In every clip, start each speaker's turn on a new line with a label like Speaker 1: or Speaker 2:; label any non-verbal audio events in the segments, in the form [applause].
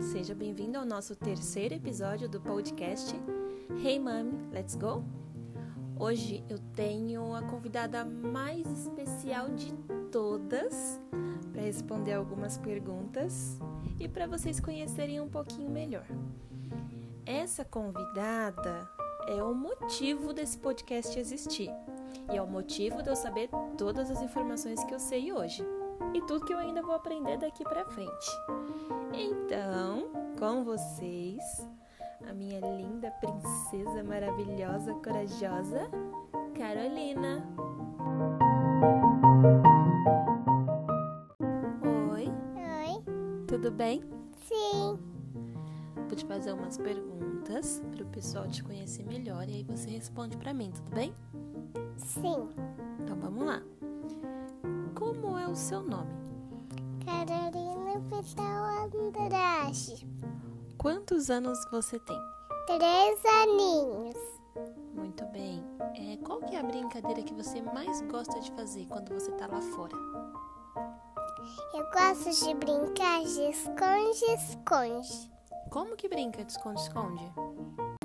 Speaker 1: Seja bem-vindo ao nosso terceiro episódio do podcast Hey Mami, Let's Go! Hoje eu tenho a convidada mais especial de todas para responder algumas perguntas e para vocês conhecerem um pouquinho melhor. Essa convidada é o motivo desse podcast existir e é o motivo de eu saber todas as informações que eu sei hoje e tudo que eu ainda vou aprender daqui para frente. Então, com vocês, a minha linda princesa maravilhosa, corajosa, Carolina. Oi,
Speaker 2: Oi,
Speaker 1: tudo bem?
Speaker 2: sim,
Speaker 1: Vou te fazer umas perguntas para o pessoal te conhecer melhor e aí você responde para mim, tudo bem?
Speaker 2: sim.
Speaker 1: Então vamos lá. Como é o seu nome?
Speaker 2: Carolina Vital Andrade.
Speaker 1: Quantos anos você tem?
Speaker 2: Três aninhos.
Speaker 1: Muito bem. É, qual que é a brincadeira que você mais gosta de fazer quando você tá lá fora?
Speaker 2: Eu gosto de brincar de esconde-esconde.
Speaker 1: Como que brinca de esconde-esconde?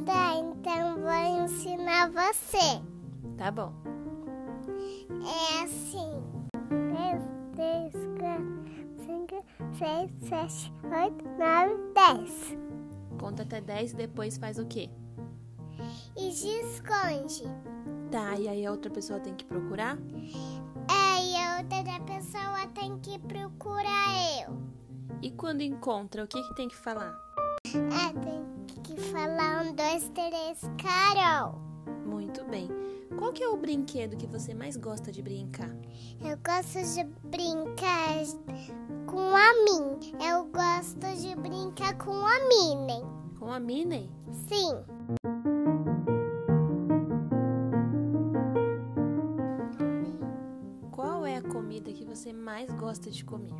Speaker 2: Tá, então vou ensinar você.
Speaker 1: Tá bom.
Speaker 2: É assim. Três, três, quatro, cinco, seis, sete, oito, nove, dez.
Speaker 1: Conta até 10 e depois faz o quê?
Speaker 2: E de esconde.
Speaker 1: Tá, e aí a outra pessoa tem que procurar?
Speaker 2: É, e a outra pessoa tem que procurar eu.
Speaker 1: E quando encontra, o que, que tem que falar?
Speaker 2: É, tem que falar um, dois, três, Carol.
Speaker 1: Muito bem. Qual que é o brinquedo que você mais gosta de brincar?
Speaker 2: Eu gosto de brincar com a Min. Eu gosto de brincar com a Minnie.
Speaker 1: Com a Minnie?
Speaker 2: Sim,
Speaker 1: Qual é a comida que você mais gosta de comer?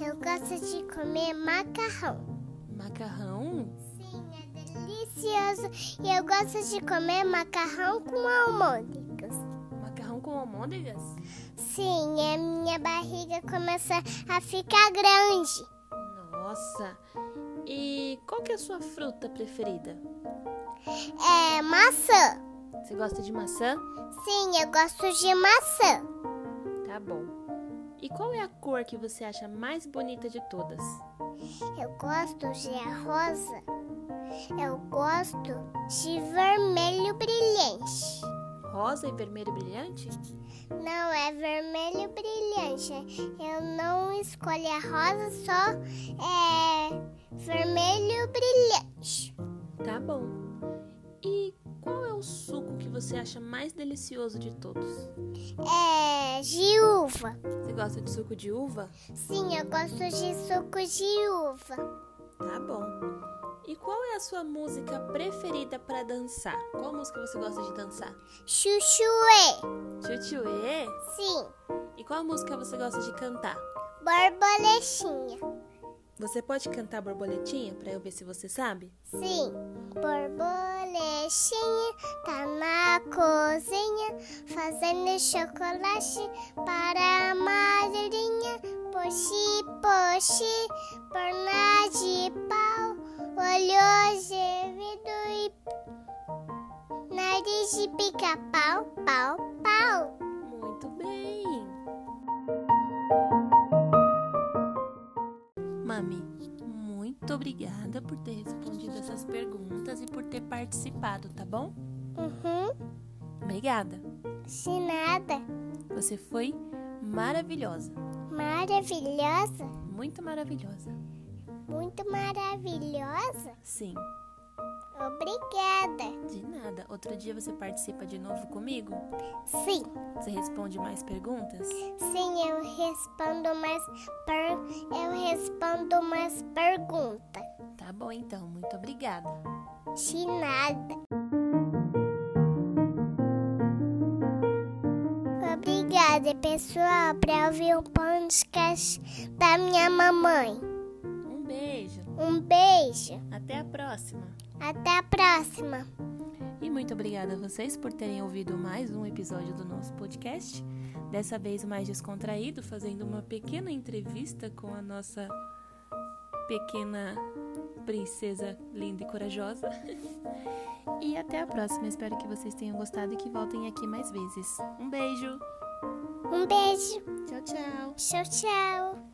Speaker 2: eu gosto de comer macarrão.
Speaker 1: Macarrão?
Speaker 2: Sim, é delicioso. E eu gosto de comer macarrão com almôndegas.
Speaker 1: Macarrão com almôndegas?
Speaker 2: Sim, a minha barriga começa a ficar grande.
Speaker 1: Nossa! E qual que é a sua fruta preferida?
Speaker 2: É maçã.
Speaker 1: Você gosta de maçã?
Speaker 2: Sim, eu gosto de maçã.
Speaker 1: Tá bom. E qual é a cor que você acha mais bonita de todas?
Speaker 2: Eu gosto de rosa. Eu gosto de vermelho brilhante.
Speaker 1: Rosa e vermelho brilhante?
Speaker 2: Não é vermelho brilhante. Eu não escolho a rosa, só é vermelho brilhante.
Speaker 1: Tá bom. E qual é o suco que você acha mais delicioso de todos?
Speaker 2: É de uva.
Speaker 1: Você gosta de suco de uva?
Speaker 2: Sim, eu gosto de suco de uva.
Speaker 1: Tá bom. E qual é a sua música preferida pra dançar? Qual música você gosta de dançar?
Speaker 2: Chuchuê.
Speaker 1: Chuchuê?
Speaker 2: Sim,
Speaker 1: E qual música você gosta de cantar?
Speaker 2: borboletinha.
Speaker 1: Você pode cantar borboletinha pra eu ver se você sabe?
Speaker 2: Sim, borboletinha tá na cozinha fazendo chocolate para a madrinha. Poxi, poxi, perna de pau, olho gemido e nariz de pica-pau, pau, pau.
Speaker 1: Muito bem! Mami, muito obrigada por ter respondido essas perguntas e por ter participado, tá bom?
Speaker 2: Uhum,
Speaker 1: Obrigada!
Speaker 2: de nada.
Speaker 1: Você foi maravilhosa,
Speaker 2: Maravilhosa,
Speaker 1: muito maravilhosa.
Speaker 2: muito maravilhosa.
Speaker 1: Sim,
Speaker 2: Obrigada.
Speaker 1: de nada. Outro dia você participa de novo comigo?
Speaker 2: Sim.
Speaker 1: Você responde mais perguntas?
Speaker 2: Sim, eu respondo mais per... eu respondo mais perguntas.
Speaker 1: Tá bom então, muito obrigada.
Speaker 2: De nada. Obrigada, pessoal, para ouvir o podcast da minha mamãe.
Speaker 1: Um beijo,
Speaker 2: Um beijo.
Speaker 1: até a próxima!
Speaker 2: Até a próxima.
Speaker 1: E muito obrigada a vocês por terem ouvido mais um episódio do nosso podcast. Dessa vez mais descontraído, fazendo uma pequena entrevista com a nossa pequena princesa linda e corajosa. [laughs] E até a próxima. Espero que vocês tenham gostado e que voltem aqui mais vezes. Um beijo.
Speaker 2: Um beijo.
Speaker 1: Tchau, tchau.
Speaker 2: Tchau, tchau.